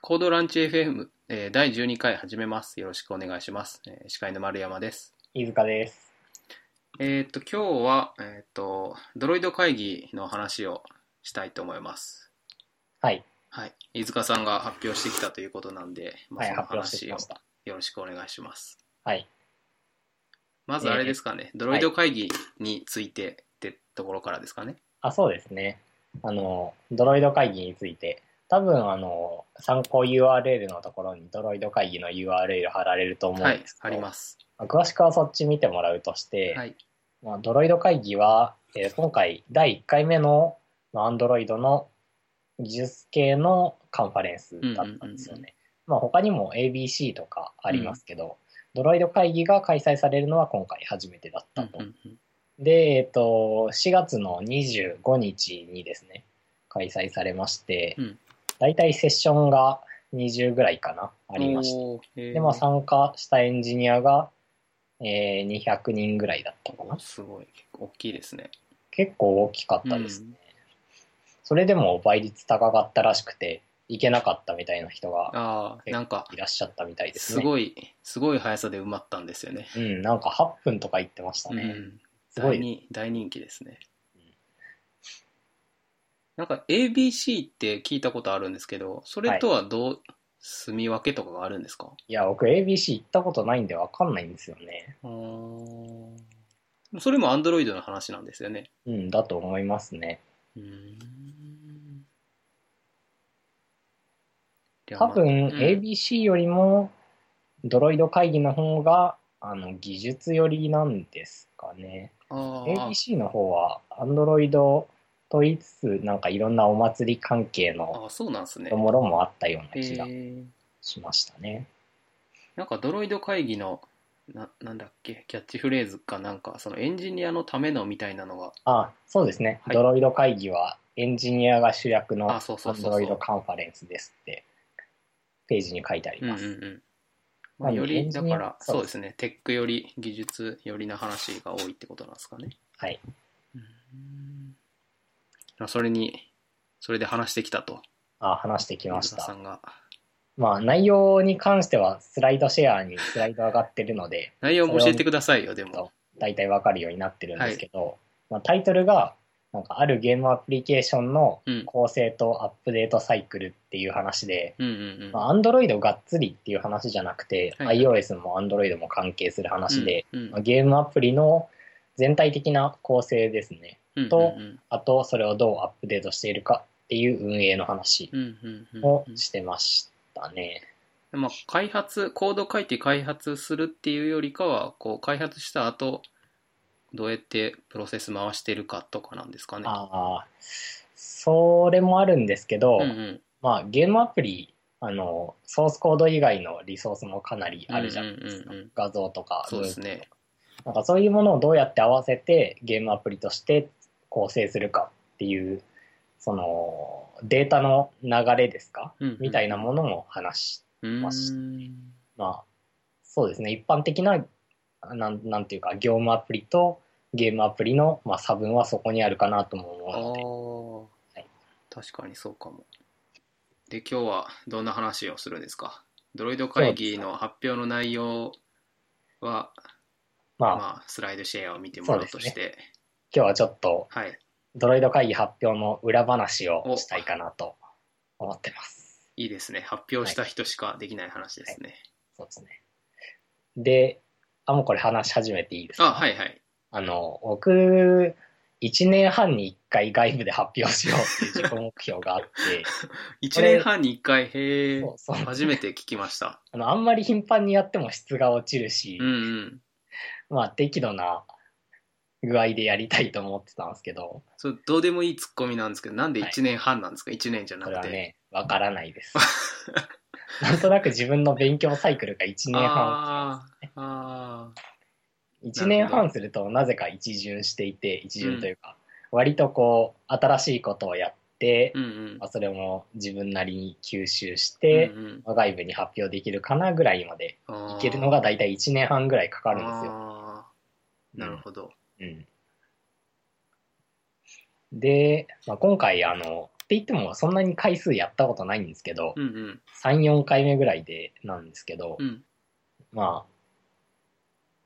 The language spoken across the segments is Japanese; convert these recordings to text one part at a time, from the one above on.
コードランチ FM、えー第12回始めます。よろしくお願いします。えー司会の丸山です。飯塚です。えーっと、今日は、えーっと、ドロイド会議の話をしたいと思います。はい。はい。飯塚さんが発表してきたということなんで、まあ、はい、その発表してき話をました。よろしくお願いします。はい。まずあれですかね、ドロイド会議についてってところからですかね。あ、そうですね。あの、ドロイド会議について、多分、あの、参考 URL のところにドロイド会議の URL 貼られると思うんはいです、けあど、ります。まあ詳しくはそっち見てもらうとして、はい。まあ、ドロイド会議は、えー今回第1回目のまあ Android の技術系のカンファレンスだったんですようんうんうんね。まあ、他にも ABC とかありますけど、ドロイド会議が開催されるのは今回初めてだっうたんと。うんうんで、えっと、4月の25日にですね、開催されまして、うんだいたいセッションが20ぐらいかな、ありまして、おーえーで、まあ参加したエンジニアが、えー200人ぐらいだったかな。すごい、結構大きいですね。結構大きかったですね、うんそれでも倍率高かったらしくて行けなかったみたいな人がああ、なんか、いらっしゃったみたいですすねごい、すごい速さで埋まったんですよね。うんなんか8分とか行ってましたうね、ん、すごい大人大人気ですねうん。なんか ABC って聞いたことあるんですけど、それとはどう、住み分けとかがあるんですかいや僕 ABC 行ったことないんで分かんないんですよねそれも Android の話なんですよね。うんだと思いますねうん。多分うん ABC よりもドロイド会議の方があの技術寄りなんですかねあー ABC の方は Android と言いつつなんかいろんなお祭り関係のあー、そうなんですね。もろもあったようえな気がーしましたね。なんかドロイド会議のななんだっけキャッチフレーズかなんかそのエンジニアのためのみたいなのがあ、そうですね。はいドロイド会議はエンジニアが主役のあアそうそうそうンそうドロイドカンファレンスですってページに書いてありうんうまんうす。んまあ、なんでよエりンジだニかアらそうそうですねテックより技術よりな話が多いってことなんですかねはいうんまあそれにそれで話してきたとあ、話してきまし田さた。んがまあ内容に関してはスライドシェアにスライド上がってるので、内容も教えてくださいよでもそだいたいわかるようになってるんですけど、まあ、タイトルがなんかあるゲームアプリケーションのうん構成とアップデートサイクルっていう話で、うんうんうんまあ、Android がっつりっていう話じゃなくて、はい iOS も Android も関係する話で、うんうんまあゲームアプリの全体的な構成ですね。うんとうんあと、それをどうアップデートしているかっていう運営の話うんうんうんをうんしてましたね。まあ、開発コード書いて開発するっていうよりかはこう開発した後どうやってプロセス回してるかとかなんですかね。ああ、それもあるんですけど、うんうん、まあゲームアプリ、あの、ソースコード以外のリソースもかなりあるじゃないですかうんうんうんうん。画像とか、そうですね。なんかそういうものをどうやって合わせてゲームアプリとして構成するかっていう、そのデータの流れですかうんうんみたいなものも話し、ましうんまあ、そうですね、一般的な、なんなんていうか、業務アプリとゲームアプリの、まあ、差分はそこにあるかなともああ、思うので、い確かにそうかも。で今日はどんな話をするんですかドロイド会議の発表の内容は、まあ、今まあ、スライドシェアを見てもらうとして、日はちょっと、はい、ドロイド会議発表の裏話をしたいかなと思ってます。いいですね発表した人しかできない話ですね。そうですね。で、あ、もうこれ話し始めていいですかあはいはい。あの、僕、1年半に1回外部で発表しようっていう自己目標があって、 1年半に1回 へえそうそう初めて聞きましたあの、あんまり頻繁にやっても質が落ちるし、うんうんまあ適度な具合でやりたいと思ってたんですけど、そうどうでもいいツッコミなんですけどなんで1年半なんですか、一1年じゃなこくれてはね、わからない です。なんとなく自分の勉強サイクルが1年半。あーあ1年半するとなぜか一巡していて、一巡というか、割とこう、新しいことをやってー、うんうんまあそれも自分なりに吸収して、うんうんまあ外部に発表できるかなぐらいまであーいけるのが大体1年半ぐらいかかるんですよ。あーなるほど、うんで、まあ、今回あのって言ってもそんなに回数やったことないんですけど、うんうん3、4回目ぐらいでなんですけど、うんまあ、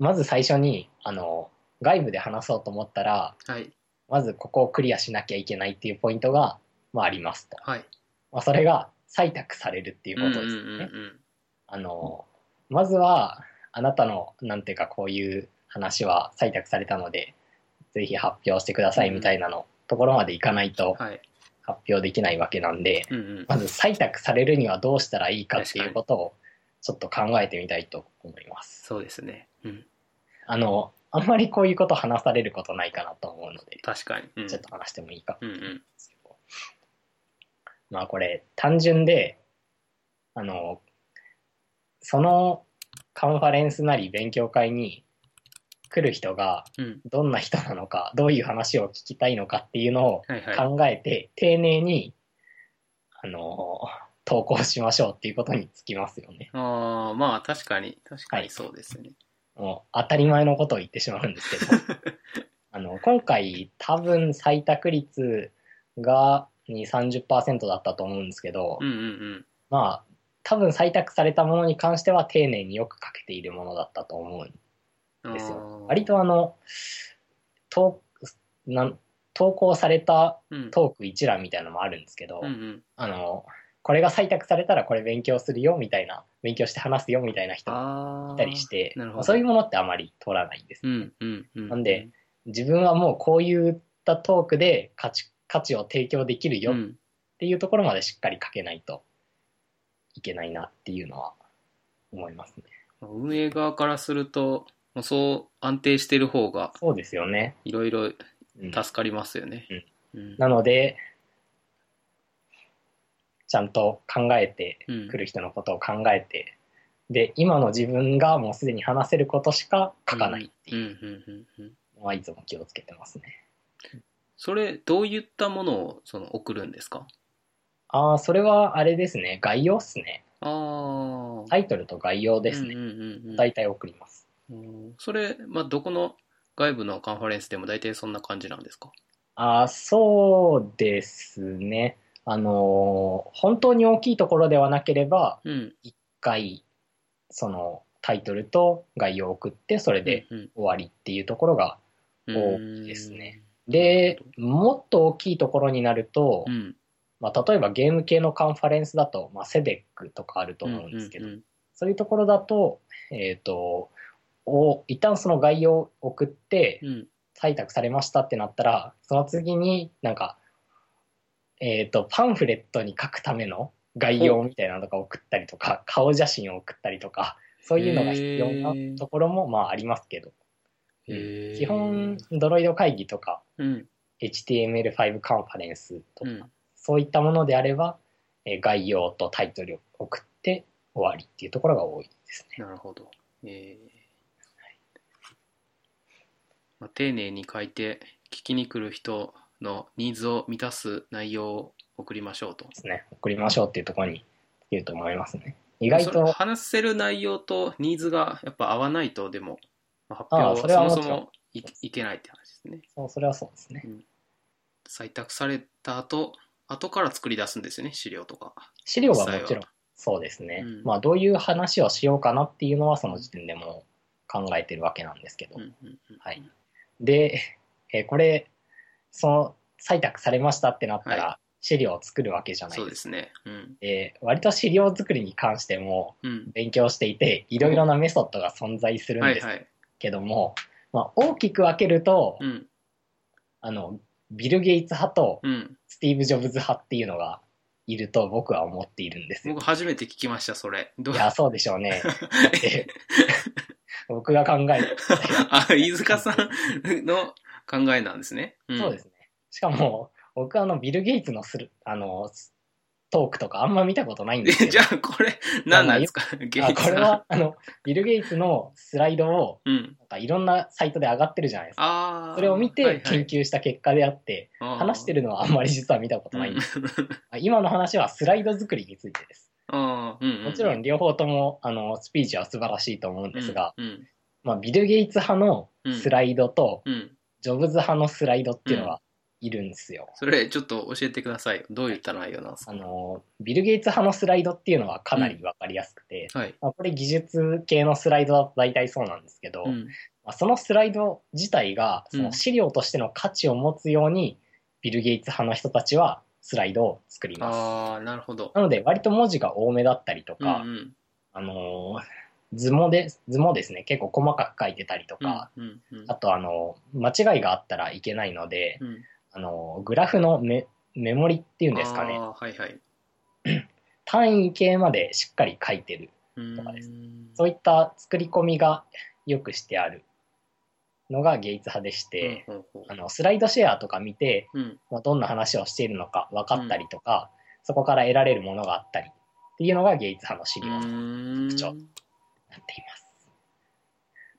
まず最初に、あの、外部で話そうと思ったら、はいまずここをクリアしなきゃいけないっていうポイントが、まあありますと。はいまあそれが採択されるっていううんうこんうとですよね。んあの、まずは、あなたの、なんていうかこういう話は採択されたので、ぜひ発表してくださいみたいなの、ところまでいかないとはい発表できないわけなんで、うんうんまず採択されるにはどうしたらいいかっていうことを、ちょっと考えてみたいと思います。そうですねうんあの、あんまりこういうこと話されることないかなと思うので、確かにうんちょっと話してもいいかうもんうしれないんですけど。まあこれ、単純で、あの、そのカンファレンスなり勉強会に来る人がうんどんな人なのか、どういう話を聞きたいのかっていうのをはいはい考えて、丁寧に、あの、投稿しましょうっていうことにつきますよね。ああまあ確かに確かはにいそうですねもう当たり前のことを言ってしまうんですけ どあの今回多分採択率が2 3 0だったと思うんですけど、うんうんまあ多分採択されたものに関しては丁寧によく書けているものだったと思ううんですよあー割とあの投なん投稿されたうんトーク一覧みたいなのもあるんですけど、うんうんあのこれが採択されたらこれ勉強するよみたいな勉強して話すよみたいな人もああいたりしてあーなるほどそういうものってあまり取らないですうね、んうんうんなんで自分はもうこういったトークで価値価値を提供できるようっんていうところまでしっかり書けないといけないなっていうのは思いますね。運営側からするともうそう安定してる方がそうですよね。いろいろうん助かりますよねうんうんなので、ちゃんと考えて、うん来る人のことを考えて、で、今の自分がもうすでに話せることしか書かないってうんいううんうんうんうんのはいつも気をつけてますね。それどういったものをその送るんですかああ、それはあれですね。概要っすね。ああタイトルと概要ですうね。んうんうん大体送ります。うんそれ、まあ、どこの外部のカンファレンスでも大体そんな感じなんですかあ、そうですね。あのー本当に大きいところではなければ、うん一回、そのタイトルと概要を送って、それでうん終わりっていうところが。う多いですねんで、もっと大きいところになると、うんまあ、例えばゲーム系のカンファレンスだと、まあ、セデックとかあると思うんですけど、うんうんそういうところだと、えっ、と、を一旦その概要を送って、うん採択されましたってなったらその次になんかえっ、とパンフレットに書くための概要みたいなのとか送ったりとか顔写真を送ったりとかそういうのが必要へーなところもまあありますけど、うんへー基本ドロイド会議とかうん、 HTML5 カンファレンスとうか、ん、そういったものであれば、えー概要とタイトルを送って終わりっていうところが多いですね。なるほど。えーまあ、丁寧に書いて、聞きに来る人のニーズを満たす内容を送りましょうと。ですね送りましょうっていうところに言うと思いますね。意外それと話せる内容とニーズがやっぱ合わないと、でも、まあ発ああ表それははもそちろもんそもいいけないって話ですね。そうそれはそうですね。採択された後、後から作り出すんですよね、資料とか。資料はもちろん実際はそうですね、うんまあどういう話をしようかなっていうのはその時点でもう考えてるわけなんですけど、うんうんうんはい、で、えーこれその採択されましたってなったはら資料を作るわけじゃないそうでですか、すね。うん。で割と資料作りに関してもうん。勉強していていろいろなメソッドが存在するはんいですはい。けども、まあ、大きく分けると、うん。あのビル・ゲイツ派とうん。スティーブ・ジョブズ派っていうのがいると僕は思っているんですよ僕初めて聞きました、それ。どういや、そうでしょうね。 で 僕が考える。あ、飯塚さんの考えなんですね。 うん、そうですね。しかも、僕あの、ビル・ゲイツのする、あの、トークとかあんま見たことないんですえけじどゃ。あ、これ、何なんですかゲイあツこれは、あの、ビル・ゲイツのスライドを、うん。なんかいろんなサイトで上がってるじゃないですか。ああ。それを見て研究した結果であって、話してるるのはあんまり実は見たことないんです。 あ今の話はスライド作りについてです。ももちろんん両方とも、あの、スピーチは素晴らしいと思うんですが、、うんまあ、ビル・ゲイツ派のスライドと、うん。ジョブズ派のスライドっていうのは、いるんですよ。それちょっと教えてくださいよどういった内容なんですあかのビル・ゲイツ派のスライドっていうのはかなり分かりやすくて、はい、まあ、これ技術系のスライドだと大体そうなんですけど、うん、まあ、そのスライド自体がその資料としての価値を持つように、ビル・ゲイツ派の人たちはスライドを作ります。ああなるほどなので割と文字が多めだったりとうんうか、んあのー図もで図もですね結構細かく書いてたりとうんか、うんうんあとあのー間違いがあったらいけないので、うんあのーグラフのメメモリっていうんですかねあーはいはい単位系までしっかり書いてるうんとかですそういった作り込みがよくしてあるのがゲイツ派でして、ほうほうほあのスライドシェアとか見てううんまあどんな話をしているのか分かったりとか、そこから得られるものがあったりっていうのがゲイツ派の資う料にーん特徴なっています。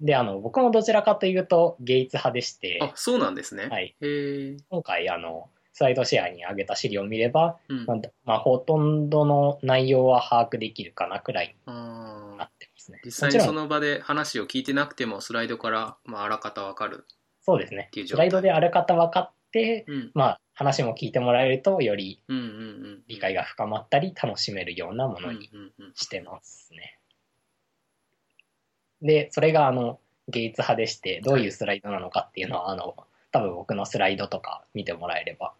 であの僕もどちらかというとゲイツ派でして、あそうなんですね、はい、へえ、今回あのスライドシェアに上げた資料を見れば、うんまあまあ、ほとんどの内容は把握できるかなくらいあになーってますね。実際もにちそろんの場で話を聞いてなくてもスライドから、まあ、あらかたわかる、そうですねっていう状ス態ライドであらかた分かってうん、まあ、話も聞いてもらえるとよりうんうんうん理解が深まったり楽しめるようなもうんうのんにうんしてますね。でそれがあのゲイツ派でしてどういうスライドなのかっていうのはあの多分僕のスライドとか見てもらえれば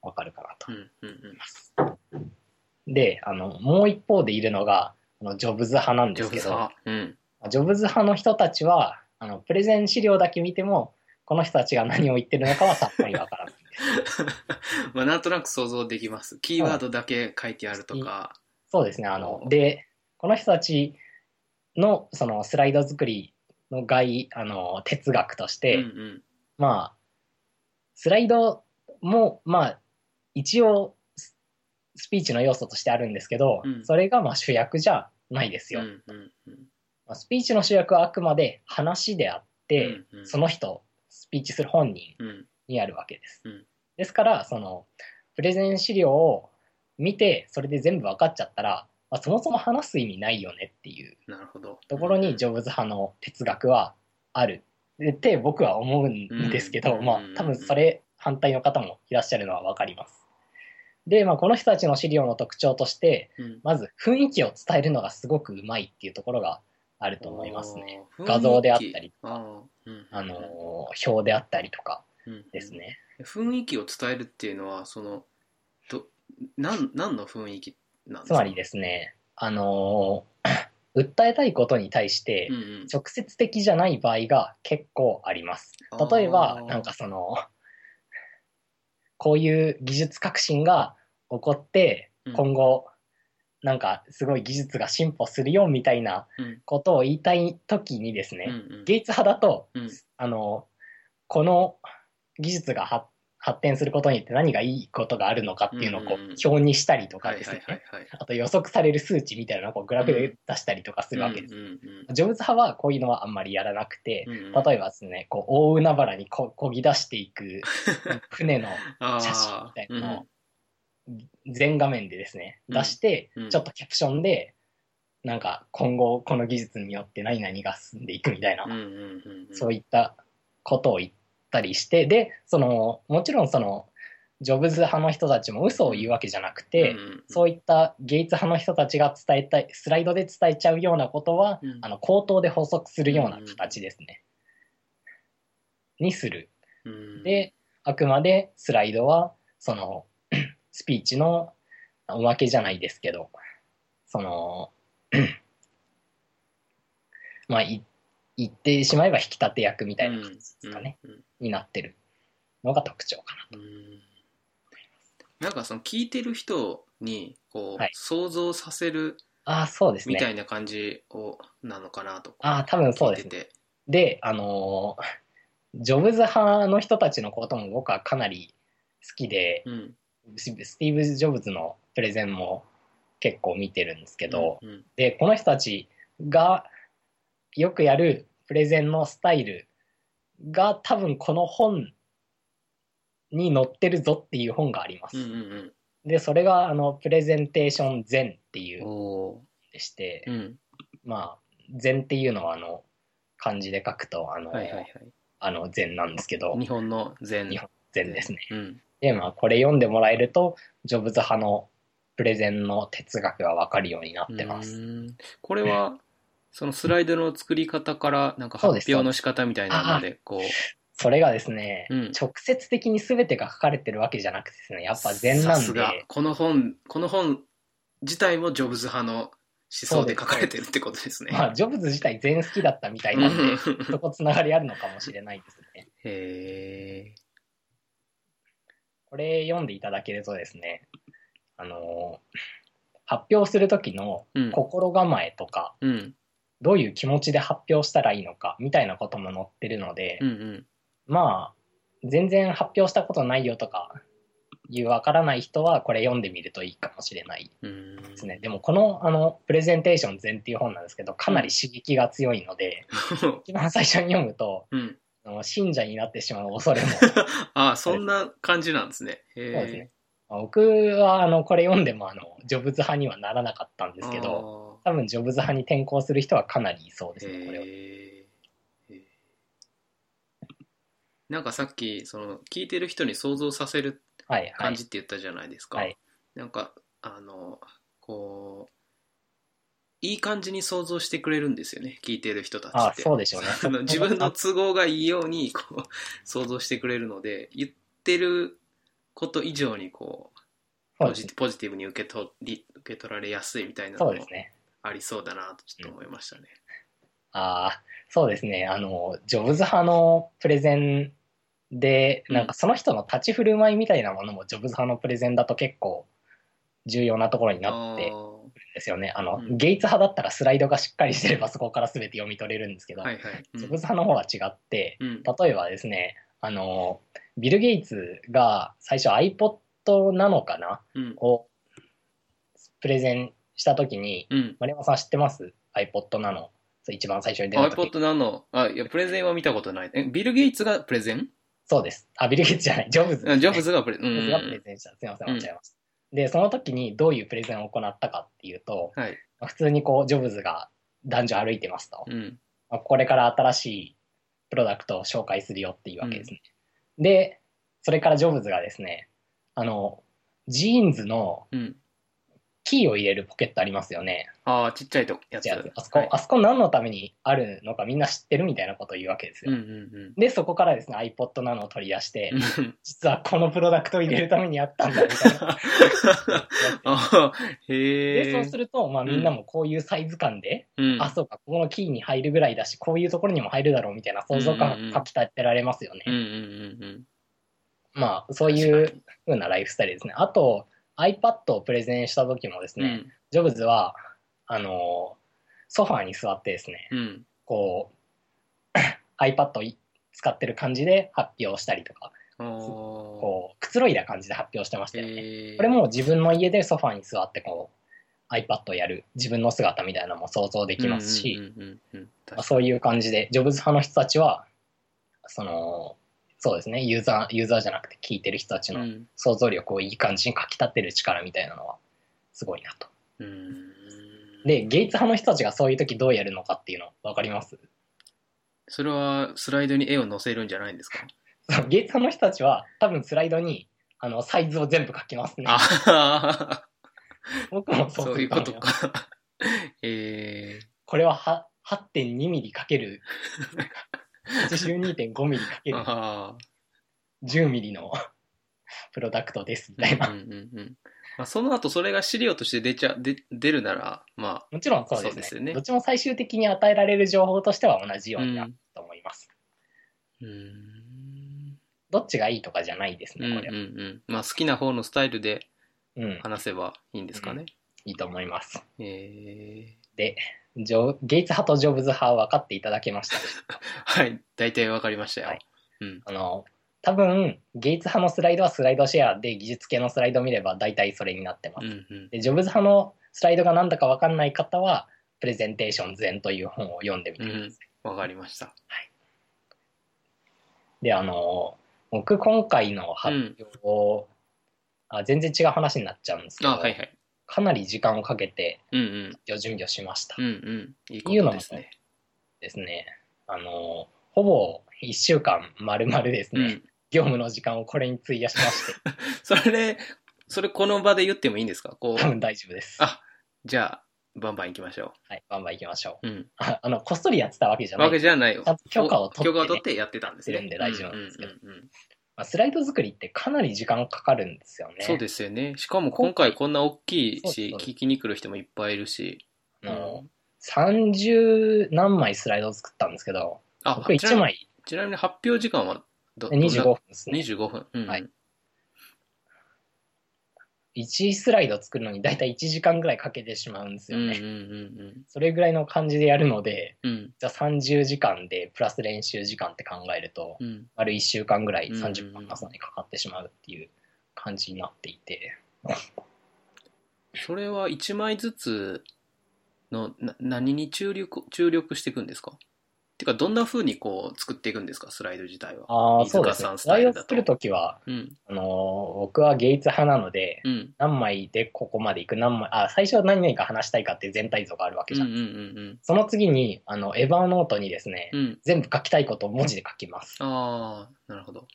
わかるかなとう思いんうんうんます。であのもう一方でいるのがあのジョブズ派なんで丈夫すけどさうん ジョブズ派の人たちはあのプレゼン資料だけ見てもこの人たちが何を言ってるのかはさっぱりわ からない。まあなんとなく想像できますキーワードだけ書いてあるとか、そうですね。あのお、で、この人たちの、そのスライド作りの外、あの、哲学とうしんて、うん、まあ、スライドも、まあ、一応、ススピーチの要素としてあるんですけど、うんそれがまあ主役じゃないですよ、うんうんうんまあスピーチの主役はあくまで話であって、うんうんその人、スピーチする本人うんにあるわけです。うんですからそのプレゼン資料を見てそれで全部分かっちゃったら、まあ、そもそも話す意味ないよねっていうなるほどところにジョブズ派の哲学はあるって僕は思うんですけど、うんまあ多分それ反対の方もいらっしゃるのは分かります。で、まあ、この人たちの資料の特徴としてうんまず雰囲気を伝えるのがすごくうまいっていうところがあると思いますね。あー画像であった雰り囲気あーうんあの表であったりとかうんですね。雰囲気を伝えるっていうのはそのどなん何の雰囲気なんですつかまりですね、あのー 訴えたいことに対してうんうん直接的じゃない場合が結構あります。例えあば、ーなんかその、こういう技術革新が起こってうん、今後、なんかすごい技術が進歩するよみたいなうんことを言いたい時にですうんね、うんゲイツ派だと、うんあのこの技術が発発展することによって何がいいことがあるのかっていうのをこうんうんうんう表にしたりとかはいですはいね、はいはいあと予測される数値みたいなのをこうグラフで出したりとかするわけです。うんうんジョブズ派はこういうのはあんまりやらなくて、うんうん例えばですね、こう大海原にこ漕ぎ出して いく船のあー写真みたいなのを全画面でですね、うん出してうん、ちょっとキャプションで、なんか今後この技術によって何々が進んでいくみたいなうん、うんうんうんそういったことを言ったりして、で、その、もちろんその、ジョブズ派の人たちも嘘を言うわけじゃなくて、うんうんうんそういったゲイツ派の人たちが伝えたい、スライドで伝えちゃうようなことは、うんあの口頭で補足するような形ですね。にする。うんで、あくまでスライドは、その、 スピーチのおまけじゃないですけど、その、 まあ、い言ってしまえば引き立て役みたいな感じですかね、うんうんになってるのが特徴かな。うんなんかその聞いてる人にこう、はい想像させるああ、そうですみたね。いな感じをなのかなとああ、多分そう聞いでてすねて、で、あのージョブズ派の人たちのことも僕はかなり好きで、うんススティーブ・ジョブズのプレゼンも結構見てるんですけど、うんうんで、この人たちがよくやるプレゼンのスタイルが多分この本に載ってるぞっていう本があります。うんうんで、それがあの、プレゼンテーション前っていうんうのおでして、ーうんまあ、前っていうのはあの、漢字で書くと、あの、はいはいはいあの禅なんですけど、日本の禅日本ゼンですね。うん。で、まあ、これ読んでもらえると、ジョブズ派のプレゼンの哲学がわかるようになってます。うーんこれ は、そのスライドの作り方から、なんか発そうです表の仕方みたいなので、こう、それがですね、うん直接的に全てが書かれてるわけじゃなくてですね、やっぱ禅さなんすで、が、この本、この本自体もジョブズ派の思想で書かれてるってことですね。まあ、ジョブズ自体禅好きだったみたいなんで、うんそこつながりあるのかもしれないですね。へえ。これ読んでいただけるとですね、あのー発表する時のうん。心構えとか、うん。どういう気持ちで発表したらいいのかみたいなことも載ってるので、うんうん。まあ、全然発表したことないよとか、いうわからない人はこれ読んでみるといいかもしれないうんですね。でもこの、あの、プレゼンテーション全っていう本なんですけど、かなり刺激が強いので、一番最初に読むと、 うん。 あの信者になってしまう恐れも。 ああ、そんな感じなんですね。へえ。そうですね僕は、あの、これ読んでも、あの、ジョブズ派にはならなかったんですけど、ど。多分ジョブズ派に転向する人はかなりいそうですね、これは。へーなんかさっきその聞いてる人に想像させるはい、は感いじっ。て言ったじゃないですか、はいなんかあのこういい感じに想像してくれるんですよね聞いてる人たちってあそうでしょうねあの自分の都合がいいようにこう想像してくれるので言ってること以上にこうポそうですジねポジティブに受け取り受け取られやすいみたいなのそうもですね。ありそうだなとちょっと思いましたね。ああ、そうですね。あの、ジョブズ派のプレゼンで、うんなんかその人の立ち振る舞いみたいなものもジョブズ派のプレゼンだと結構重要なところになってるんあーですよね。あの、うんゲイツ派だったらスライドがしっかりしてればそこから全て読み取れるんですけど、はいはい。うんジョブズ派の方は違って、うん例えばですね、あの、ビル・ゲイツが最初 iPod なのかなうんをプレゼンしたときに、うん。丸山さん知ってます ?iPod なの。そう一番最初に出た時 iPod なの、あ、いや、プレゼンは見たことない。え、ビル・ゲイツがプレゼンそうです。あ、ビル・ゲイツじゃない、ジョブズですね、あジョブズがプレ、うジョブズがプレん。ゼンした。すみません、うん間違えました。で、その時にどういうプレゼンを行ったかっていうと、はい。まあ普通にこう、ジョブズが男女歩いてますと。うん。まあこれから新しいプロダクトを紹介するよっていうわけですね。で、それからジョブズがですね、あの、ジーンズのうん。キーを入れるポケットありますよね。ああ、ちっちゃいとやつ。じゃあ、あそこ、はいあそこ何のためにあるのかみんな知ってるみたいなことを言うわけですうよ。ん うんで、そこからですね、iPod なのを取り出して、うん。実はこのプロダクトを入れるためにやっ たんだみたいな。あーで、へそうえ。すると、まあ、うんみんなもこういうサイズ感で、うんあ、そうか、ここのキーに入るぐらいだし、こういうところにも入るだろうみたいな想像うんうんう感んかき立てられますよね。うんうんうんうん。まあ、そういう風なライフスタイルですね。あと、iPad をプレゼンした時もですうね、ん。ジョブズは、あのソファーに座ってですね、うん。こう、iPad を使ってる感じで発表したりとか、ああ。こう、くつろいだ感じで発表してましたよね。へえ。これも自分の家でソファに座ってこう iPad をやる自分の姿みたいなのも想像できますし、うんうんうんうん。まあそういう感じでジョブズ派の人たちはそのそうですねユーザーユーザーじゃなくて聞いてる人たちうのん。想像力をいい感じにかき立てる力みたいなのはすごいなと。うん。でゲイツ派の人たちがそういう時どうやるのかっていうの分かり ますそれはスライドに絵を載せるんじゃないんですかそうゲイツ派の人たちは多分スライドにあのサイズを全部書きますね。あ僕もあ、 そうそうすいうることと思いますか。へえ。これはは8.2ミリかける82.5ミリかけるああ。 10ミリのプロダクトですみたいな。うんうんうんうんまあ、その後それが資料として出ちゃで出るならまもちろんそうでそうですすね。よねどっちも最終的に与えられる情報としては同じあようになると思います。うんうんどっちがいいとかじゃないですうんうんね、これうは。んまあ好きな方のスタイルでうん、話せばいいんですかね、いいと思います。えで、ジョゲイツ派とジョブズ派は分かっていただけました。ー、 はい大体わかりましたよ、はいうんあの、多分、ゲイツ派のスライドはスライドシェアで技術系のスライドを見れば大体それになってまうす。んうんで、ジョブズ派のスライドが何だか分かんない方は、プレゼンテーション全という本を読んでみてください。わ、かりましたで、あの、僕今回の発表を、あ全然違う話になっちゃうんですけど、あはいはいかなり時間をかけてうんうん発表準備をしましたうんうんいいこいうのともですねですね。あの、ほぼ1週間丸々ですうね、ん業務の時間をこれに費やしまして、それ、それこの場で言ってもいいんですかこ多う、分大丈夫です。あ、じゃあ、バンバン行きましょはい、バンバン行きましょう。う。うん。ああの、こっそりやってたわけじゃなわい。けじゃないよ。ちゃんと許可を取許ってね可を取ってやってたんですね。やってるんで大丈夫なんですけどううんうんうんまあ、スライド作りってかなり時間かかるんですよね。そうですよね。しかも今回こんな大きいしそう、です聞きに来る人もいっぱいいるし。あの30何枚スライドを作ったんですけど、あ、僕ちな1みに枚ちなみに発表時間はどどんな25分ですね。 25分。うんうんはい1スライド作るのに大体1時間ぐらいかけてしまうんですうよんうんね。うんそれぐらいの感じでやるので、うん。うんじゃあ30時間でプラス練習時間って考えると、うん。丸1週間ぐらういんうんうん30分朝にかかってしまうっていう感じになっていて、それは1枚ずつのな何に注力注力していくんですかてかどんな風にこう作っていくんですかスライド自体は。ああ、飯そうで塚すさね。んススタライイルドだと作るときは、うん。あのー僕は芸術派なので、うん。何枚でここまでいく何枚あ最初は何々か話したいかっていう全体像があるわけうんじうゃんん、うんその次にあのエヴァーノートにですね、うん。うん。全部書きたいことを文字で書きますああ、なるほど。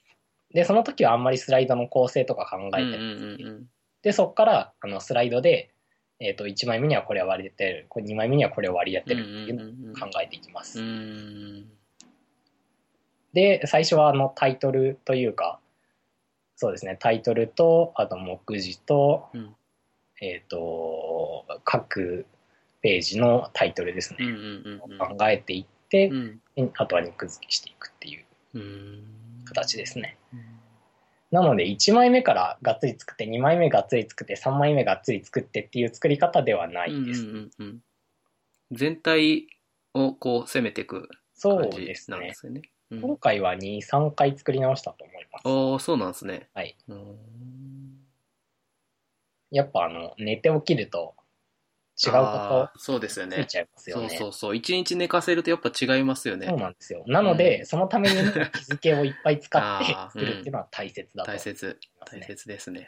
でその時はあんまりスライドの構成とか考えうてんうなんうい、んうん。でそこからあのスライドで、えー、と1枚目にはこれを割り当てるこれ2枚目にはこれを割り当てるっていうのを考えていきます、うんうんで最初はあのタイトルというかそうですねタイトルとあと目次と、うんえっ、と各ページのタイトルですね、うんうんうん考えていってう、んあとは肉付けしていくっていううん形ですね。うんなので1枚目からがっつり作って2枚目がっつり作って3枚目がっつり作ってっていう作り方ではないです。うんうんうんうん全体をこう攻めていくそう感じですなんねで。すよね。うん今回は2、3回作り直したと思います。ああ、そうなんですね。はい。うんやっぱあの寝て起きると違うこあーそうですよとついね。ちゃいますよそうね。そうそう。一日寝かせるとやっぱ違いますよねそう。なんですよ。なので、うんそのためにも日付をいっぱい使っ てあー作るっていうのは大切だと思い大ます、ね。切。大切ですね。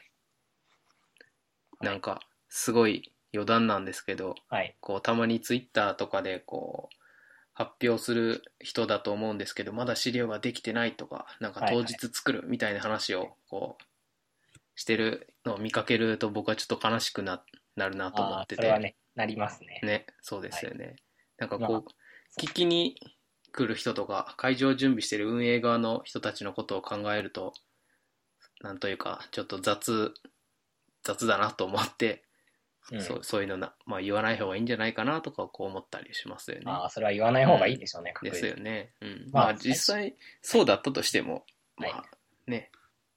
なんか、すごい余談なんですけど、はい。こう、たまにツイッターとかで、こう、発表する人だと思うんですけど、まだ資料ができてないとか、なんかはいは当い日作るみたいな話を、こう、してるのを見かけると僕はちょっと悲しくななるなと思あっあー、てそて。れはね、なりますね。ね、そうですよね。なんかこう、まあ聞きに来る人とか、会場を準備してる運営側の人たちのことを考えると、なんというか、ちょっと雑、雑だなと思って、うんそうそういうのな、まあ、言わない方がいいんじゃないかなとか、こう思ったりしますよね。ああ、それは言わない方がいいでしょうね、確です実によね。うん、ままああ、実際、そうだったとしても、まはあ、ね、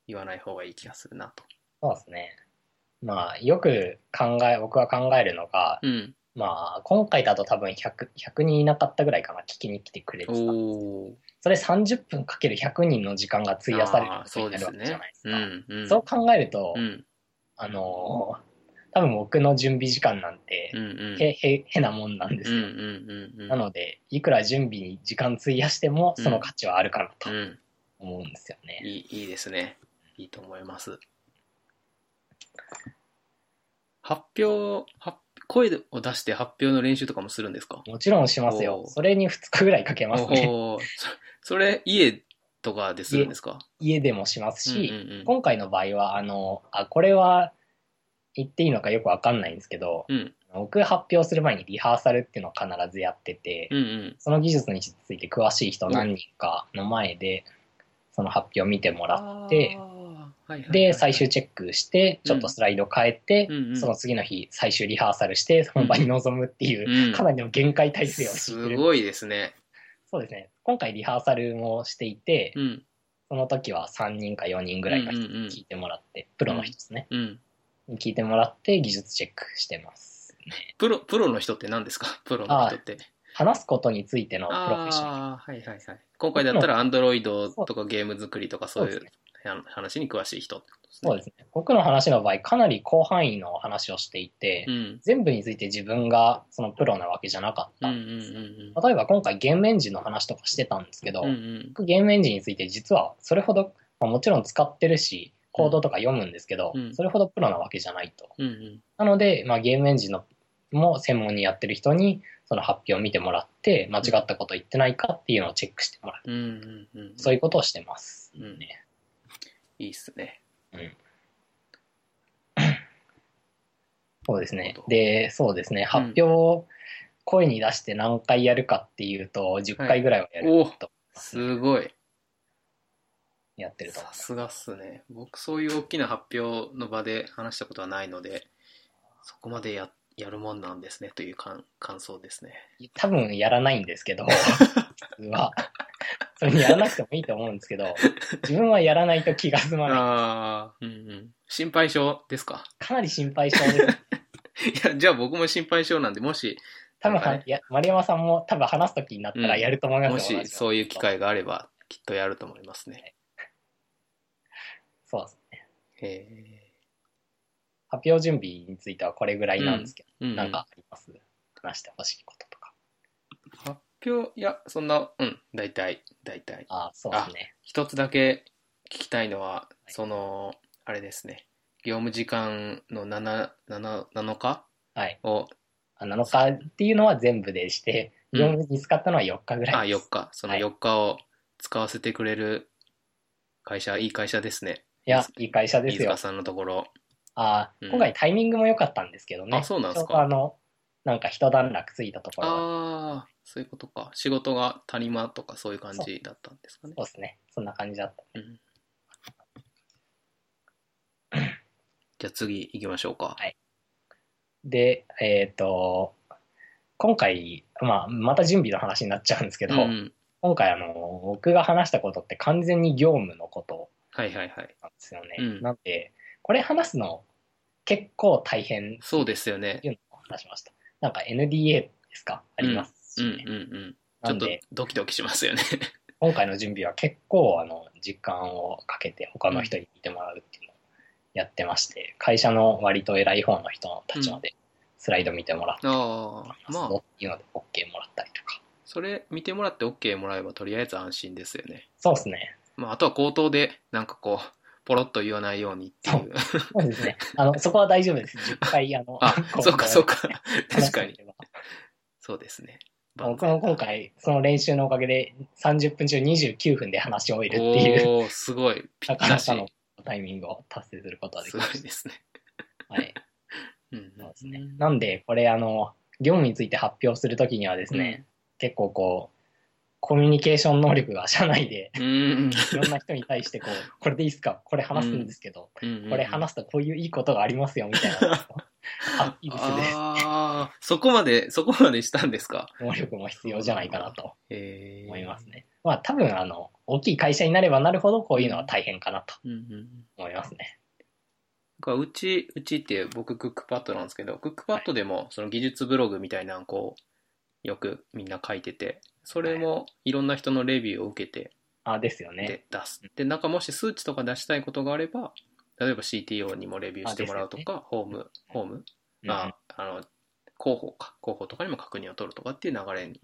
言わない方がいい気がするなと。そうですね。まあ、よく考え、僕は考えるのが、うん。まあ、今回だと多分100、100人いなかったぐらいかな、聞きに来てくれてた。おー。それ30分かける100人の時間が費やされるあーことそうでになするわけじゃねないで。すうか。ん。うん。そう考えると、うん。あのー多分僕の準備時間なんてう、ん。うん。へ、へ、へなもんなんですうんよ。うんうんうん。なので、いくら準備に時間費やしても、その価値はあるかなとうん、思うんですよね。いい、いいですね。いいと思います。発表、発声を出して発表の練習とかもするんですかもちろんしますよお。ーそれに2日ぐらいかけますね。おーそ それ、家とかでするんですか家でもしますし、うんうんうん今回の場合はあのあこれは言っていいのかよくわかんないんですけどうん僕発表する前にリハーサルっていうのを必ずやってて、うんうんその技術について詳しい人何人かの前でその発表を見てもらってあーはいはいはいで最終チェックしてちょっとスライド変えて、うんうんその次の日最終リハーサルして本番に臨むっていう、うんかなりの限界体制を敷いてするごいですね。そうですね今回リハーサルもしていて、うん。その時は3人か4人ぐらいの人に聞いてもらって、プロの人ですね、うん。に聞いてもらって技術チェックしてます。プロ、プロの人って何ですかプロの人って。話すことについてのプロフェッショナル。ああー、はいはいはい。今回だったら、アンドロイドとかゲーム作りとかそういそううです話に詳しい人ってことですね。そうですね。僕の話の場合、かなり広範囲の話をしていて、うん。全部について自分がそのプロなわけじゃなかっうたんうんです。ん例えば今回ゲームエンジンの話とかしてたんですけど、うん。うんうん。僕ゲームエンジンについて実はそれほど、まあ、もちろん使ってるし、コードとか読むんですけど、うんそれほどプロなわけじゃないと。うんうん。なので、まあ、ゲームエンジンのも専門にやってる人にその発表を見てもらって、間違ったこと言ってないかっていうのをチェックしてもらう。うんうんうん。そういうことをしてます。うんねいいっすね。そうですねなるほ。どで、そうですね。発表を声に出して何回やるかっていうと、10回ぐらいはやる、おとすごい。やってると思さすがっすね。僕、そういう大きな発表の場で話したことはないので、そこまでややるもんなんですねという感感想ですね。う。多分やらないんです けど、普通は。それにやらなくてもいいと思うんですけど、自分はやらないと気が済まない。ああ、うんうん。心配性ですか かなり心配性でいす。や、じゃあ僕も心配性なんで、もし、多分なんかは、ねいや丸山さんも多分話す時になったらやると思いますよもしそういう機。会があれば、きっとやると思いますね。そうですね。へ発表準備についてはこれぐらいなんですけど、え。ううなんかあります話してほしいこととか。発表、いや、そんな、うん、大体、大体。ああ、そうですね。一つだけ聞きたいのは、その、あれですね、業務時間の7、7、7日はい。を、あ7日っていうのは全部でして、うん業務に使ったのは4日ぐあ、らいで4す。日、そのはい4日を使わせてくれる会社、いい会社ですね。いや、いい会社で飯すよ塚。さんのところ。ああうん今回タイミングも良かったんですけどね。あそうなんですかちょうどあの、なんか一段落ついたところ。ああ、そういうことか。仕事が谷間とかそういう感じだったんですかね。そうですね。そんな感じだった。うんじゃあ次行きましょうか。いで、えっ、と、今回、まあ、また準備の話になっちゃうんですけど、うん、今回あの、僕が話したことって完全に業務のことはいはいはい。なんですよね。うんなんで、これ話すの結構大変っそうですよねて。いうのを話しました。なんか NDA ですかありますうしんうね。んう。なんちょっんとで、ドキドキしますよね。 今回の準備は結構あの時間をかけて他の人に見てもらうっていうのをやってまして、会社の割と偉い方の人たちまでスライド見てもらって、ああ、まそあう、いうので OK もらったりとか。それ見てもらって OK もらえばとりあえず安心ですよね。そうですね。まあ、あとは口頭で、なんかこう、ポロッと言わないようにっていう。そうですね。あの、そこは大丈夫です。10回あの、 あこ、そうかそうか。確か。話しにて。ればそうですね。僕も今回、その練習のおかげで30分中29分で話し終えるっていう、おおーすごい。ぴ なったかり。なすかのタイミングを達成することができごましいですね。た。はい。うんそうですねうん。なんで、これ、あの、業務について発表するときにはですね、結構こう、コミュニケーション能力が社内で、うんいろんな人に対してこう、これでいいっすかこれ話すんですけど、うん。これ話すとこういういいことがありますよ、みたい な。あ、いいですね。ああ、そこまで、そこまでしたんですか。能力も必要じゃないかなとええ思いますね。まあ、多分、あの、大きい会社になればなるほど、こういうのは大変かなとうんうん。思いますね。なんかうち、うちって僕クックパッドなんですけど、クックパッドでもその技術ブログみたいなのこう、よくみんな書いてて、それもいろんな人のレビューを受けてあ、ですよね。で出す。で、なんかもし数値とか出したいことがあれば、例えば CTO にもレビューしてもらうとか、ホーム、ホーム、うんまあ、あの、広報か、広報とかにも確認を取るとかっていう流れに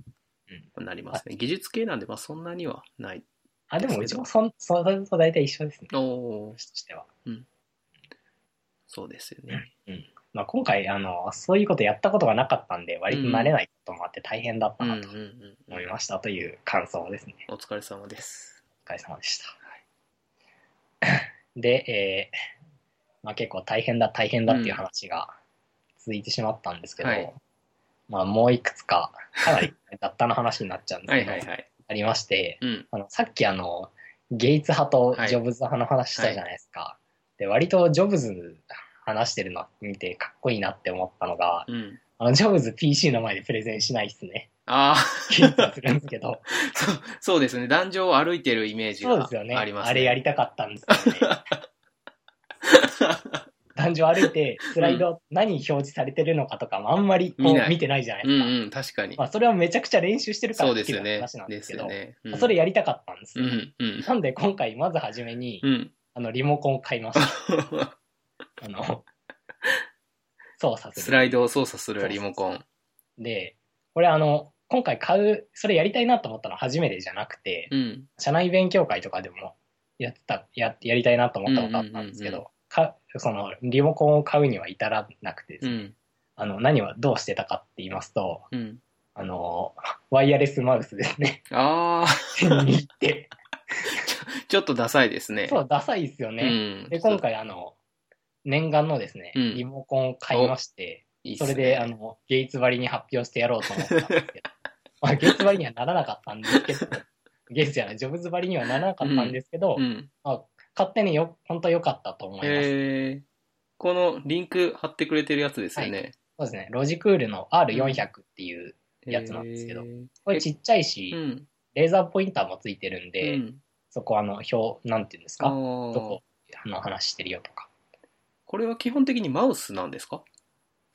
なりますね。技術系なんで、まあそんなにはない。あ、でも、うちもそん、それと大体一緒ですね。おー話としては。そうですよね。まあ、今回あの、そういうことやったことがなかったんで、割と慣れないこともあって大変だったうんうなんとうん思いましたという感想ですね。お疲れ様です。お疲れ様でした。 で、えーまあ、結構大変だ、大変だっていう話が続いてしまったんですけど、はいまあ、もういくつか、かなり雑多な話になっちゃうんですはけいど、はいはい。ありまして、うん。あのさっきあのゲイツ派とジョブズ派の話したじゃないですか、で割とジョブズ話してるの見てかっこいいなって思ったのがうん。あのジョブズ PC の前でプレゼンしないっ すねあゲイツはあ、するんですけどそうそうですね。壇上を歩いてるイメージそうでがすよねありますね。れやりたかったんですよね 男女歩いてスライド何表示されてるのかとかもあんまりこう見ない見てないじゃないでうすんか、うん、確かにま。あ、それはめちゃくちゃ練習してるかそらうでできするよね話なん。でですすけどよね。うんそれやりたかったんですうよ、んうん。なんで今回まず初めに、うん。 あのリモコンを買いましたあの、操作すスる。ライドを操作するリモコン。で、これあの、今回買う、それやりたいなと思ったのは初めてじゃなくて、うん。社内勉強会とかでもやってた、や、やりたいなと思ったことあったんですけうんうど、か、その、リモコンを買うには至らなくてですうね、ん。あの、何をどうしてたかって言いますと、うん。 あの、ワイヤレスマウスですね、ああ、手に握って、ちょっとダサいですね。そう、ダサいですようね。ん。で、今回、あの、念願のですね、うんリモコンを買いまして、いいっすそねれで、あの、ゲイツ割りに発表してやろうと思ったんです けど、まあ、ゲイツ割りにはならなかったんですけど、ゲイツじゃない、ジョブズ割りにはならなかったんですけど、うん。勝手によ、本当良かったと思います。へえ。このリンク貼ってくれてるやつですよね。そうですね、ロジクールの R400 っていう、やつなんですけどへーこれちっちゃいし、うん。レーザーポインターもついてるんで、うんそこあの、表、なんていうんですあか、ーどこ、あの、話してるよとか。これは基本的にマウスなんですか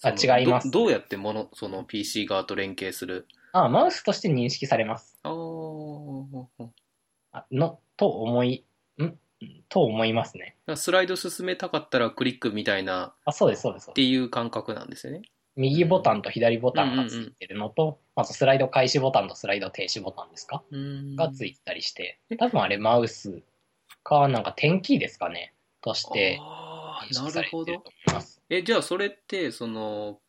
あその違いますどどうやってもの、その PC 側と連携するあ、マウスとして認識されます。ああ。あの、と思い、んと思いますね。スライド進めたかったらクリックみたいなあ、そうです、そうです。そっうですていう感覚なんですよね。右ボタンと左ボタンがついてるのと、あとスライド開始ボタンとスライド停止ボタンですかがついてたりしてえ、多分あれマウスか、なんか点キーですかね、としてあ認ー識なさるれてほるとど思。います。え、じゃあそれって、その、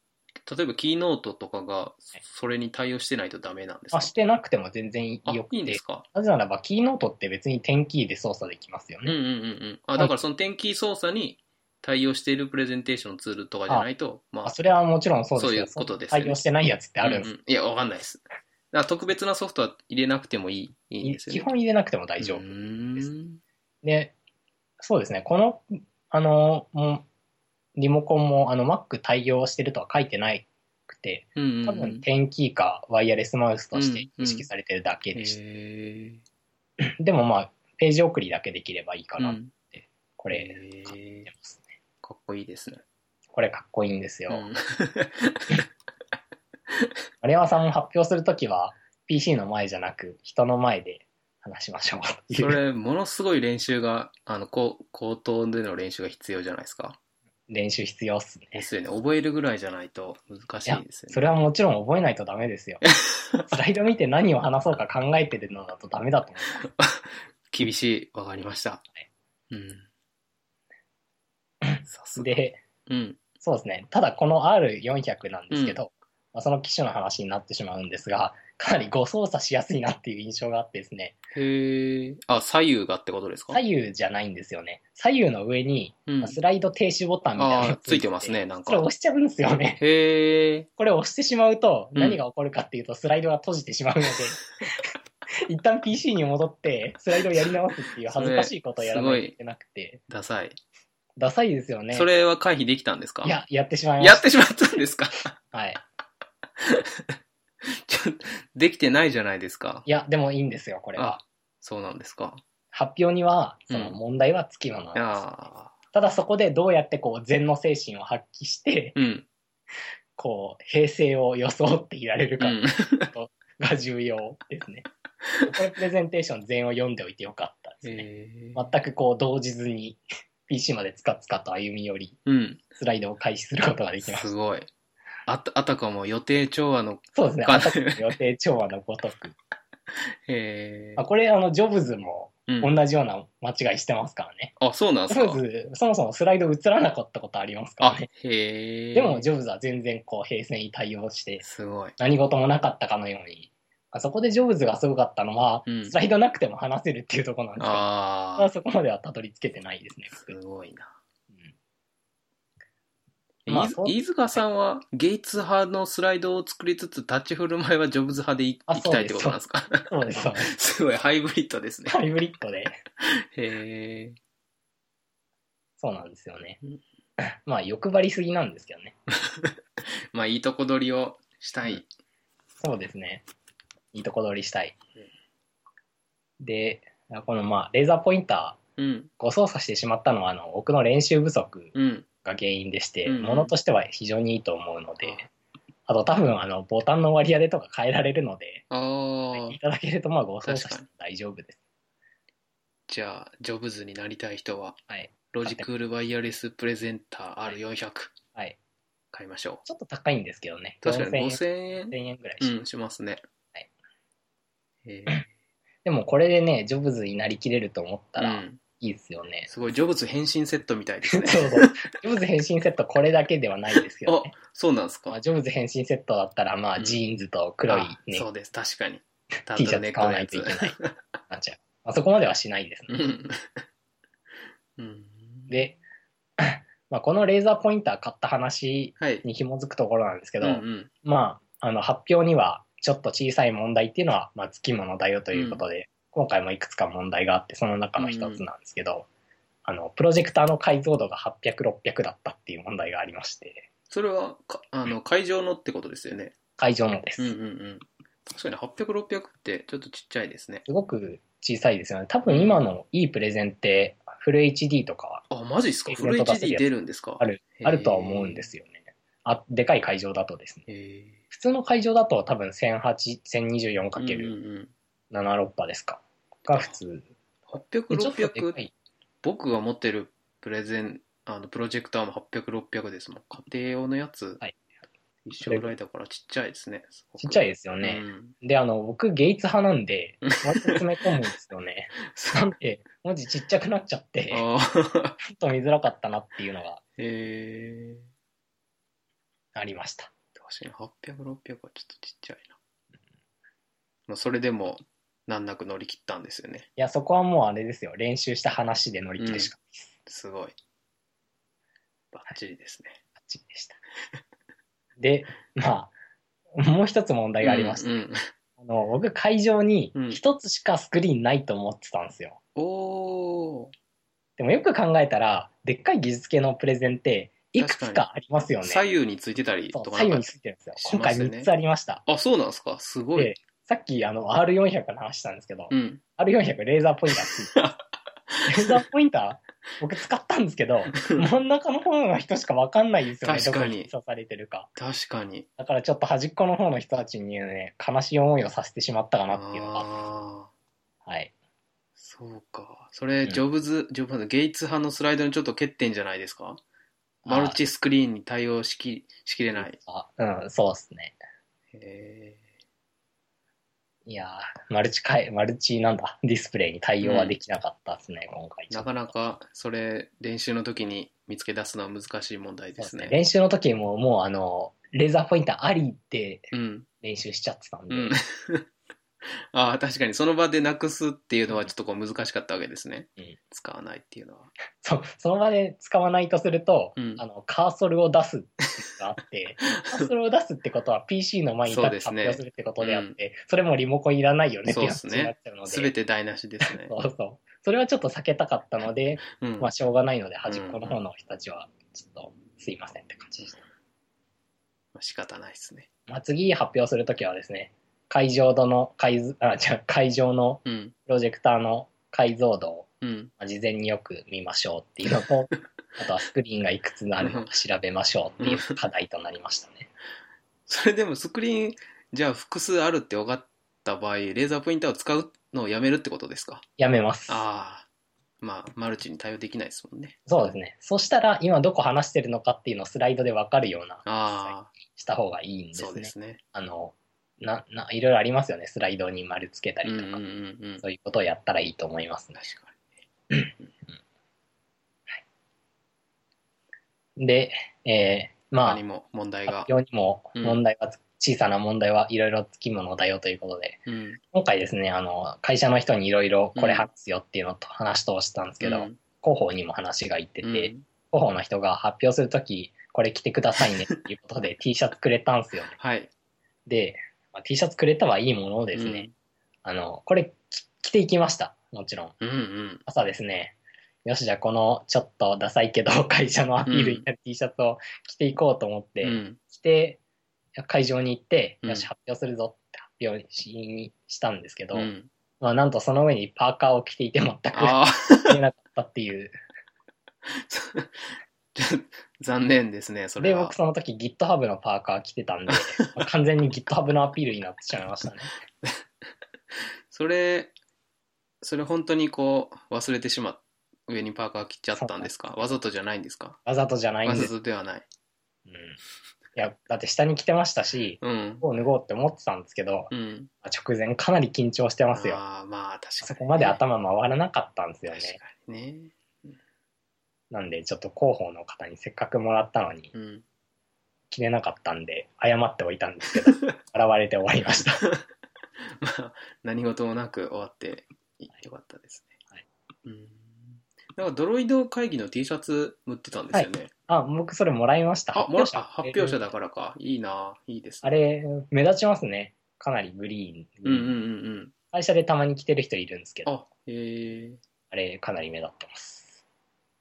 例えばキーノートとかがそれに対応してないとダメなんですかまあ、してなくても全然よあ、くいいんでてす、かなぜならばキーノートって別に点キーで操作できますようんうんね。うんうん。あ、だからその点キー操作に対応しているプレゼンテーションのツールとかじゃないと、まあそれはもちろんそうですけど、そういうことですよね対応してないやつってあるんうでんす、うんいや、わかんないです。だから特別なソフトは入れなくてもいい、いいんですよね。基本入れなくても大丈う。夫ーんで、そうですね、この、あの、もうリモコンも、あの、Mac 対応してるとは書いてなくて、うんうんうん。多分、点キーかワイヤレスマウスとして認識されてるだけでした。へーでもまあ、ページ送りだけできればいいかな。うんこれ、へー買ってますね。かっこいいですね。これかっこいいんですよ。うん丸山さんも発表するときは、PC の前じゃなく、人の前で話しましょうっていうそれ、ものすごい練習が、あの、こう口頭での練習が必要じゃないですか。練習必要っすでね。すよね。覚えるぐらいじゃないと難しいですよね。それはもちろん覚えないとダ メですよ。スライド見て何を話そうか考えてるのだとダメだと思う。 厳しい。わかりました。 うん。さすが。で、うん。そうですね。ただこの R400 なんですけど、まあ、その機種の話になってしまうんですが、かなり誤操作しやすいなっていう印象があってですね、へえ。あ、左右がってことですか左右じゃないんですよね。左右の上に、うん。スライド停止ボタンみたいなのがあーついてますねなんかそれ押しちゃうんですよね。へえ。これ押してしまうと、うん何が起こるかっていうと、スライドが閉じてしま うので、一旦 PC に戻って、スライドをやり直すっていう恥ずかしいことをやらないといけなくて、ダサい。ダサいですよね。それは回避できたんですかいや、やってしまいまやしってしまったんですか た。はい。ちょできてないじゃないですかい。や、でもいいんですよ、これはあ。、そうなんですか。発表には、そのうん問題はつきものなんですよね、ああ。ただそこでどうやってこう、禅の精神を発揮して、うん。こう、平成を装っていられるうかん。が重要で すね。これプレゼンテーション全を読んでおいてよかったですね。へえ。全くこう動じずに PC までつかつかと歩み寄り うん。スライドを開始することができましすた。ごい。あた、あたかも予定調和の、そうですね。かあたかも予定調和のご とく。へえあ。これあのジョブズもうん同じような間違いしてますからね。あ、そうなんでジすかョブズそもそもスライド映らなかったことありますかあらね。、へえ。でもジョブズは全然こう平成に対応してすごい。何事もなかったかのように。あそこでジョブズがすごかったのは、うんスライドなくても話せるっていうところなんですけど、まああ、そこまではたどり着けてないですねあ。。すごいな。うんまあ飯そう飯塚さんはゲイツ派のスライドを作りつつ立ち振る舞いはジョブズ派でいあいきたいってことなんですかそうです、そうです。 すごいハイブリッドですね。ハイブリッドで。へえ。そうなんですよね うん。まあ欲張りすぎなんですけどね。まあいいとこ取りをしたい。そうですね。いいとこ取りしたい。で、このまあレーザーポインター、うん。誤操作してしまったのはあの僕の練習不足うん。が原因でして、うんものとしては非常にいいと思うので、あと多分あのボタンの割り当てとか変えられるので、ああい。ただけるとまあ誤操作し確かて大丈夫です。じゃあ、ジョブズになりたい人は、はい。ロジクールワイヤレスプレゼンター R400 はい。買いましょちょっと高いんですけどね。う。確かに4000 5000円円。1000円ぐらいしますうん、しますね。はいへでもこれでね、ジョブズになりきれると思ったえ。うらん。いいですよね。すごい、ジョブズ変身セットみたいですね。 そうそう。ジョブズ変身セットこれだけではないですけど、ね。あ、そうなんですまあ、か。ジョブズ変身セットだったら、まうあ、んジーンズと黒いあね、そうです、確かに。タ T シャツ買わないタといンけタンネックない。なっちゃう。まあ、そこまではしないですね。うん。うん、 で、 まあ、このレーザーポインター買った話はい。に紐づくところなんですけど、うんうん、まあ、あの発表にはちょっと小さい問題っていうのは、まあ、つきものだよということで、今回もいくつか問題があって、その中の一つなんですけど、あの、プロジェクターの解像度が800、600だったっていう問題がありまして、それはかあの会場のってことですよね。会場のです。うんうんうん。確かに800、600ってちょっとちっちゃいですね。すごく小さいですよね。多分今のいいプレゼンって、フル HD とかあ、マジですかイベフルント出せる HD やつ出るんですかあるあるとは思うんでよ。すよね。あ、でかい会場だとですね。へー普通の会場だと多分 1008×1024×76 うんうん波ですか。が普通。うん、800、でちょっとでか600、い僕が持ってるプレゼン、あのプロジェクターも800、600ですもん。家庭用のやつ、はい一緒ぐらいだからちっちゃいですね。ちっちゃいでですよ ね。で、あの、僕、ゲイツ派なんで、割と詰め込むんですよ ね。なんで、文字ちっちゃくなっちゃって、ちょああ、っと見づらかったなっていうのがへえありました。確かに800、600はちょっとちっちゃいな。まあ、それでも難なく乗り切ったんですよね。いや、そこはもうあれですよ。練習した話で乗り切るしかすごい。バッチリですね。バッチリでした。で、まあ、もう一つ問題がありました。うんうんあの僕、会場にうん一つしかスクリーンないと思ってたんですよ。おーでもよく考えたら、でっかい技術系のプレゼンって、いくつかありますよね。左右についてたりそとうか左なん右かについてるんですよ。し今ま回すよね3つありました。あ、そうなんですかすごいで。さっきあの R400 の話したんですけど、うん R400 レーザーポインターつい てるレーザーポインター僕使ったんですけ ど、真ん中の方の人しかわかんないですよね。確かにどこに刺されてるか。確かに。だからちょっと端っこの方の人たちにね、悲しい思いをさせてしまったかあなっていうのが。あーはい。そうか。それ、うんジョブズ、ジョブズのゲイツ派のスライドのちょっと欠点じゃないですかあーマルチスクリーンに対応しきしきれない。あうん、そうですね。へいやーマルチかい、マルチなんだ、ディスプレイに対応はできなかったですね、今回。ーなかなか、それ、練習の時に見つけ出すのは難しい問題でそうですすねね。練習の時ももうあの、レーザーポインターありってうん。練習しちゃってたんうで、ん。 ああ、確かに、その場でなくすっていうのはちょっとこう難しかったわけですね。うん使わないっていうのは。そその場で使わないとすると、うんあのカーソルを出すっていうのがあって カーソルを出すってことは PC の前に立って発そうですね表するってことであってそ,、れもリモコンいらないよねっていうそ話うですねになっちゃうので。すべて台無しです ね。そうそうそれはちょっと避けたかったので、うんまあ、しょうがないので、端っこの方の人たちは、ちょっとすいませんって感じでした。まあ仕方ないですね。まあ、次発表するときはですね、会場度の解像、あ、じゃ会場のうん。プロジェクターの解像度をうん。まあ事前によく見ましょうっていうの と、あとはスクリーンがいくつあるのか調べましょうっていう課題となりましたね。それでもスクリーン、じゃあ複数あるって分かった場合、レーザーポインターを使うのをやめるってことですかやめます。ああ。まあ、マルチに対応できないですもんね。そうですね。そしたら今どこ話してるのかっていうのをスライドでわかるようなああ、した方がいいんですね。そうですね。あの、な、な、いろいろありますよね。スライドに丸つけたうんりうんとか。うんうん。そういうことをやったらいいと思いますね。確かで、えーに。まあ他に、も問題が発。表にもうん問題はつ、小さな問題はいろいろつきものだよということで、うん。今回ですね、あの、会社の人にいろいろこれ話すよっていうのと話通したんですけど、うん広報にも話が行ってて、うん広報の人が発表するとき、これ着てくださいねっていうこ とで T シャツくれたんですよね。はい。で、まあ、T シャツくれたはいいものですね。あの、これき着ていきました。もちろん。うん。うんうん。朝ですね、よし、じゃあこのちょっとダサいけど会社のアピールになる T シャツを着ていこうと思って、うん来て会場に行って、うんよし発表するぞって発表しにしたんですけど、うん。まあ、なんとその上にパーカーを着ていて全くああ、着れなかったっていうちょっと残念ですね、 それでは僕。その時 GitHub のパーカー着てた んでまあ完全に GitHub のアピールになってしまいましたねそれ、それ本当にこう、忘れてしまっ上にパーカー切っちゃったんですかわざとじゃないんですかわざとじゃないわんでざす、とではない。うん、いやだって下に着てましたしうん。こう脱ごうって思ってたんですけどうん。直前かなり緊張してますよああ、まあ、確かにね。そこまで頭回らなかったんですよね確かにね。なんでちょっと広報の方にせっかくもらったのにうん。 着れなかったんで謝っておいた んですけど現れて終わりましたまあ、何事もなく終わってよかったですね。はいうん。なんかドロイド会議の T シャツ売ってたんですよね。あ、僕それもらいましあ、た。もらした。発発表表者者だからか。いいな。いいですあね。れ、目立ちますね。かなりグリーン。うんうんうんうん。会社でたまに着てる人いるんですけど、ああ、えー、れ、かなり目立ってます。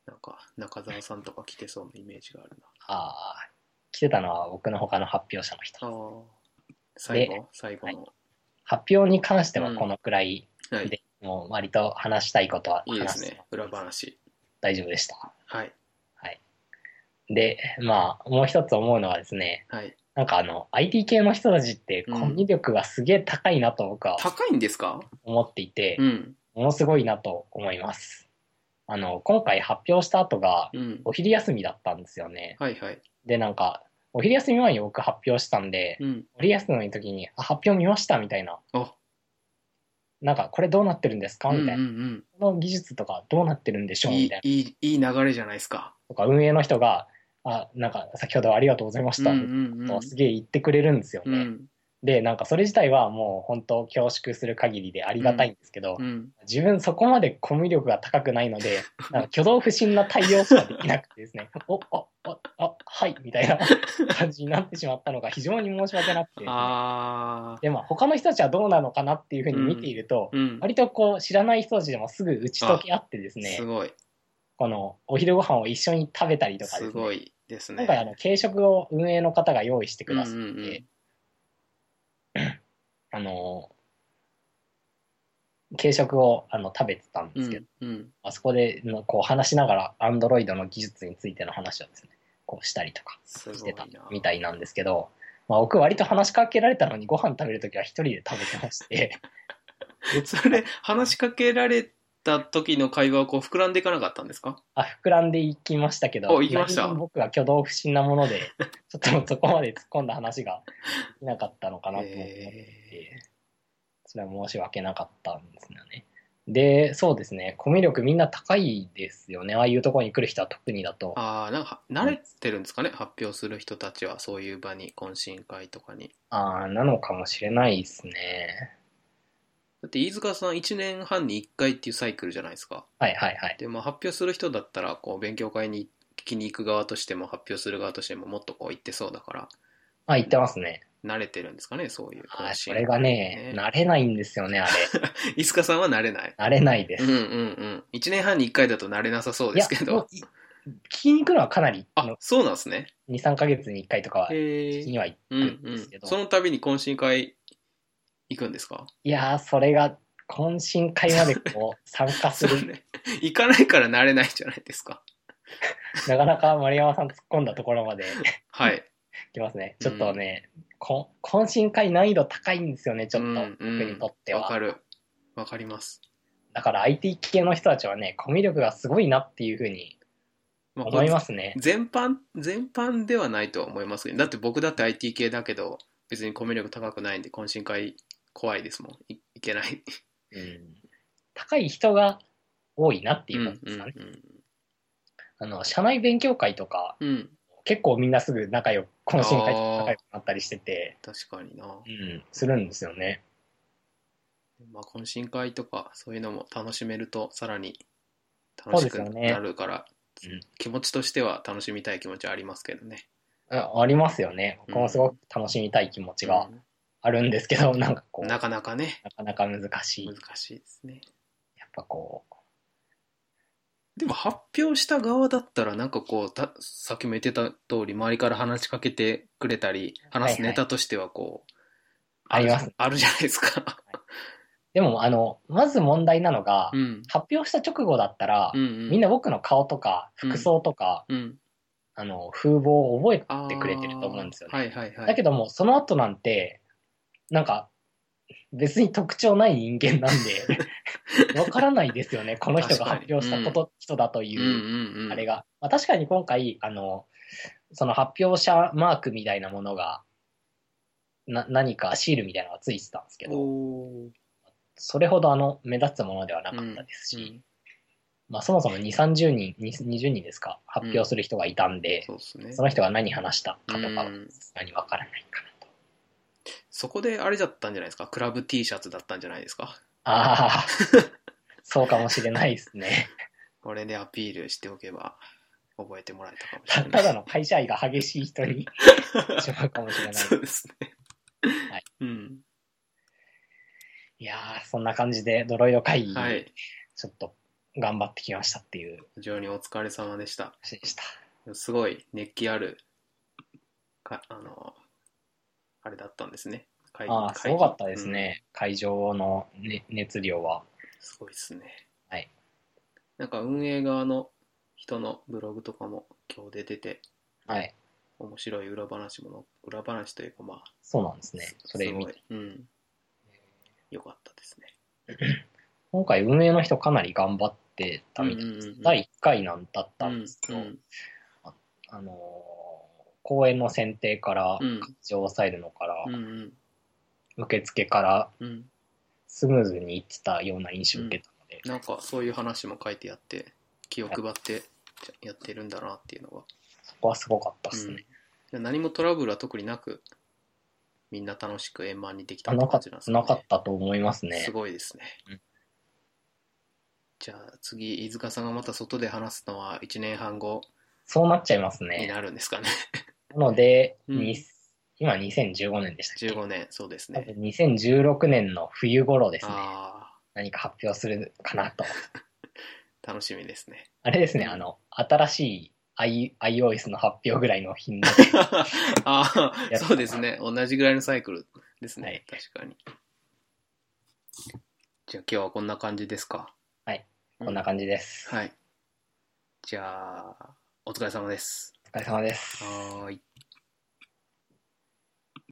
なんか中澤さんとか着てそうなイメージがあるな。ああ、着てたのは僕の他の発表者の人。あー最後最後の。発表に関してはこのくらい、はい。でもう割と話したいことはいいで話すすね。裏話。大丈夫でした。はい。で、まあ、もう一つ思うのはですね、はい。なんかあの、IT 系の人たちってうんコミュ力がすげえ高いなと僕は高いんですか思っていて、うん。ものすごいなと思います。あの、今回発表した後が、うん。お昼休みだったんですよね。はいはい。で、なんか、お昼休み前に僕発表したんで、うん。お昼休みの時に、あ、発表見ましたみたいな、あ、なんか、これどうなってるんですかうんうみんたいな、この技術とかどうなってるんでしうょん。ういみいたいな、いい、いい流れじゃないですか。とか、運営の人が、あ、なんか、先ほどはありがとうございましうんた、うみたいなこんとをすげえ言ってくれるんですようね。ん。で、なんか、それ自体はもう、本当恐縮する限りでありがたいんですけど、うん。 うん。自分そこまでコミュ力が高くないので、なんか挙動不審な対応しかできなくてですね、 お、あ、あ、あ、はい、みたいな感じになってしまったのが非常に申し訳なくてですね、あで、まあ他の人たちはどうなのかなっていうふうに見ていると、ー。うん。割とこう知らない人たちでもすぐ打ち解け合ってですねす、ごい。このお昼ご飯を一緒に食べたりとかですすごね、いですね。今回あの軽食を運営の方が用意してくださって、うんうんうんあの、軽食をあの食べてたんですけど、うんうんあそこでのこう話しながら、アンドロイドの技術についての話をですね、こうしたりとかすしごていたな。みたいなんですけど、まあ、僕、割と話しかけられたのに、ご飯食べるときは一人で食べてまして、それ、話しかけられた時の会話はこう膨らんでいかなかったんですかあ膨らんでいきましたけど、お行きました何分僕は挙動不審なもので、ちょっとそこまで突っ込んだ話ができなかったのかなと思って、えそれは申し訳なかったんですよね。で、そうですね、コミュ力みんな高いですよね、ああいうところに来る人は特にだと。ーああ、なんか、慣れてるんですかね、発表する人たちは、そういう場に、懇親会とかに。ああ、なのかもしれないですね。だって、飯塚さん、1年半に1回っていうサイクルじゃないですか。はいはいはい。で、まあ、発表する人だったら、こう、勉強会に聞きに行く側としても、発表する側としても、もっとこう、行ってそうだから、あ、言ってますね。慣慣れてるんですかね、そういうは懇い、そ親れ会。がね、慣れないんです よね、あれ。飯塚さんは慣れない。慣れないでうす。んうんうん。1年半に1回だと慣れなさそういでやすけ、もど。うい聞きに行くのはかなり、ああの、、そうなんですね。 2、3ヶ月に1回とかは、へ聞えき。には行くうんんうですんけ、ど、その度に懇親会行くんですかいやー、それが、懇親会までこう、参加す それる、ね行かないから慣れないじゃないですかなかなか丸山さん突っ込んだところまではい来ますね。ちょっとね、こ懇親会難易度高いんですよね、ちょっと、うんうん僕にとってわかは。るわかりますだから IT 系の人たちはね、コミュ力がすごいなっていうふうにまあ思いますね。全般全般ではないとは思いますけどだって僕だって IT 系だけど別にコミュ力高くないんで懇親会怖いですもんいいけないうん高い人が多いなってういんうう感じですかね。んあの社内勉強会とかうんうん結構みんなすぐ仲良く懇親会とか仲良くなったりしてて、確かにな、うん、するんですよね。まあ、懇親会とかそういうのも楽しめるとさらに楽しくそうですよねなるから、うん気持ちとしては楽しみたい気持ちはありますけどねあありますよね。うん僕もすごく楽しみたい気持ちがうんあるんですけど、なんかこう、ななかなかねかなか難しい。やっ難しいですねぱこう、でも発表した側だったらなんかこうたさっきも言ってた通り周りから話しかけてくれたり話すネタとしてはこう、はいはいあるあるじゃないです か、でもあの、まず問題なのが、うん、発表した直後だったら、うんうんみんな僕の顔とか服装とか、うんあの風貌を覚えあーてくれてると思うんですよね。はいはいはいだけども、その後なんて、なんか、別に特徴ない人間なん で、わからないですよね、この人が発表したこと、人だとうんういう、んうんあれが。まあ、確かに今回、あの、その発表者マークみたいなものが、な何かシールみたいなのがついてたんですけど、おーそれほどあの目立つものではなかったですし、うんまあ、そもそも2、30人、20 20人ですか、発表する人がいたんで、そうですねその人が何話したかとかはうん、さすがにわからないかなと。そこであれだったんじゃないですかクラブ T シャツだったんじゃないですか ああ、そうかもしれないですね。これでアピールしておけば、覚えてもらえたかもしたれたなだい。の会社愛が激しい人にしまうかもしれな い。そうですね。はい。うん。いやー、そんな感じでドロイド会議、はい。ちょっと頑張ってきましたっていう非常にお疲れ様でした。話でした。すごい熱気ある、かあの、あれだったんですね。会議ああ、す会議ごかったですね。会場の、ね、熱量は。すごいですね。はい。なんか運営側の人のブログとかも今日出てて、はい。面白い裏話もの、裏話というかまあ、そうなんですねす。それす見ごてい。うん。よかったですね。今回運営の人かなり頑張ってたみたいです。うんうんうん第1回なんだったんですけうど、んうんあのー公演の選定から、うん会場を抑えるのから、うん受付からうんうん。スムーズにいってたような印象を受けたので、なんかそういう話も書いてやって、気を配ってやってるんだなっていうのが。そこはすごかったですうんね。いや何もトラブルは特になく、みんな楽しく円満にできたあなか感っじなんですた、ねなかったと思いますね。すごいですね。うんじゃあ次、飯塚さんがまた外で話すのは1年半後そうなっちゃいますにね。なるんです かね。なので、うんに今2015年でしたっけ15年、そうです多ね。分2016年の冬頃ですね。ああ、何か発表するかなと。 楽しみですね。 あれですね、あの、新しい I iOS の発表ぐらいの 頻度で。ああや、ったそうですね。同じぐらいのサイクルですね。はい確かに。じゃあ今日はこんな感じですか。はい。こんな感じです。はい。じゃあ、お疲れ様です。お疲れ様です。はーい。